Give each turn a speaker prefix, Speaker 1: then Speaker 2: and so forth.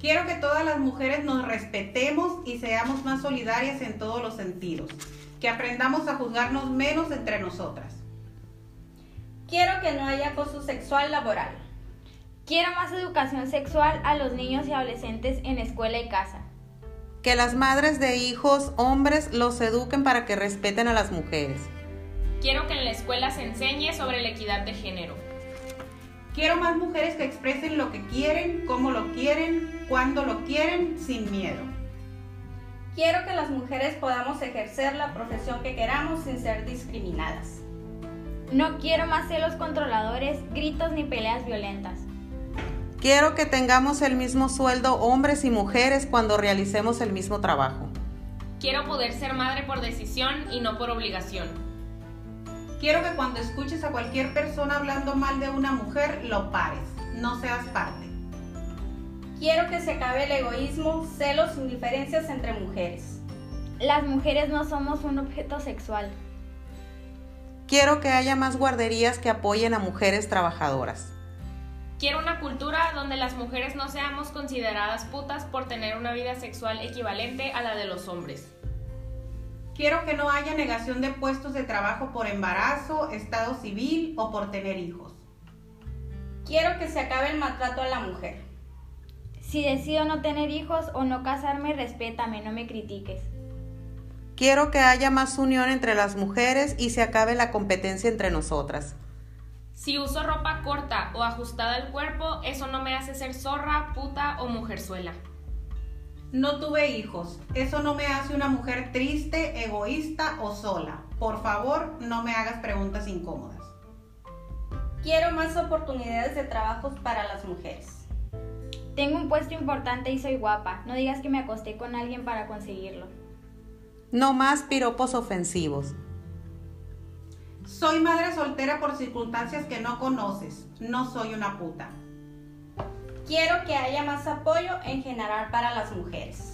Speaker 1: Quiero que todas las mujeres nos respetemos y seamos más solidarias en todos los sentidos. Que aprendamos a juzgarnos menos entre nosotras.
Speaker 2: Quiero que no haya acoso sexual laboral.
Speaker 3: Quiero más educación sexual a los niños y adolescentes en escuela y casa.
Speaker 4: Que las madres de hijos hombres los eduquen para que respeten a las mujeres.
Speaker 5: Quiero que en la escuela se enseñe sobre la equidad de género.
Speaker 1: Quiero más mujeres que expresen lo que quieren, cómo lo quieren, cuándo lo quieren, sin miedo.
Speaker 2: Quiero que las mujeres podamos ejercer la profesión que queramos sin ser discriminadas.
Speaker 3: No quiero más celos controladores, gritos ni peleas violentas.
Speaker 4: Quiero que tengamos el mismo sueldo hombres y mujeres cuando realicemos el mismo trabajo.
Speaker 5: Quiero poder ser madre por decisión y no por obligación.
Speaker 1: Quiero que cuando escuches a cualquier persona hablando mal de una mujer, lo pares, no seas parte.
Speaker 2: Quiero que se acabe el egoísmo, celos, indiferencias entre mujeres.
Speaker 3: Las mujeres no somos un objeto sexual.
Speaker 4: Quiero que haya más guarderías que apoyen a mujeres trabajadoras.
Speaker 5: Quiero una cultura donde las mujeres no seamos consideradas putas por tener una vida sexual equivalente a la de los hombres.
Speaker 1: Quiero que no haya negación de puestos de trabajo por embarazo, estado civil o por tener hijos.
Speaker 2: Quiero que se acabe el maltrato a la mujer.
Speaker 3: Si decido no tener hijos o no casarme, respétame, no me critiques.
Speaker 4: Quiero que haya más unión entre las mujeres y se acabe la competencia entre nosotras.
Speaker 5: Si uso ropa corta o ajustada al cuerpo, eso no me hace ser zorra, puta o mujerzuela.
Speaker 1: No tuve hijos. Eso no me hace una mujer triste, egoísta o sola. Por favor, no me hagas preguntas incómodas.
Speaker 2: Quiero más oportunidades de trabajo para las mujeres.
Speaker 3: Tengo un puesto importante y soy guapa. No digas que me acosté con alguien para conseguirlo.
Speaker 4: No más piropos ofensivos.
Speaker 1: Soy madre soltera por circunstancias que no conoces. No soy una puta
Speaker 2: quiero que haya más apoyo en general para las mujeres.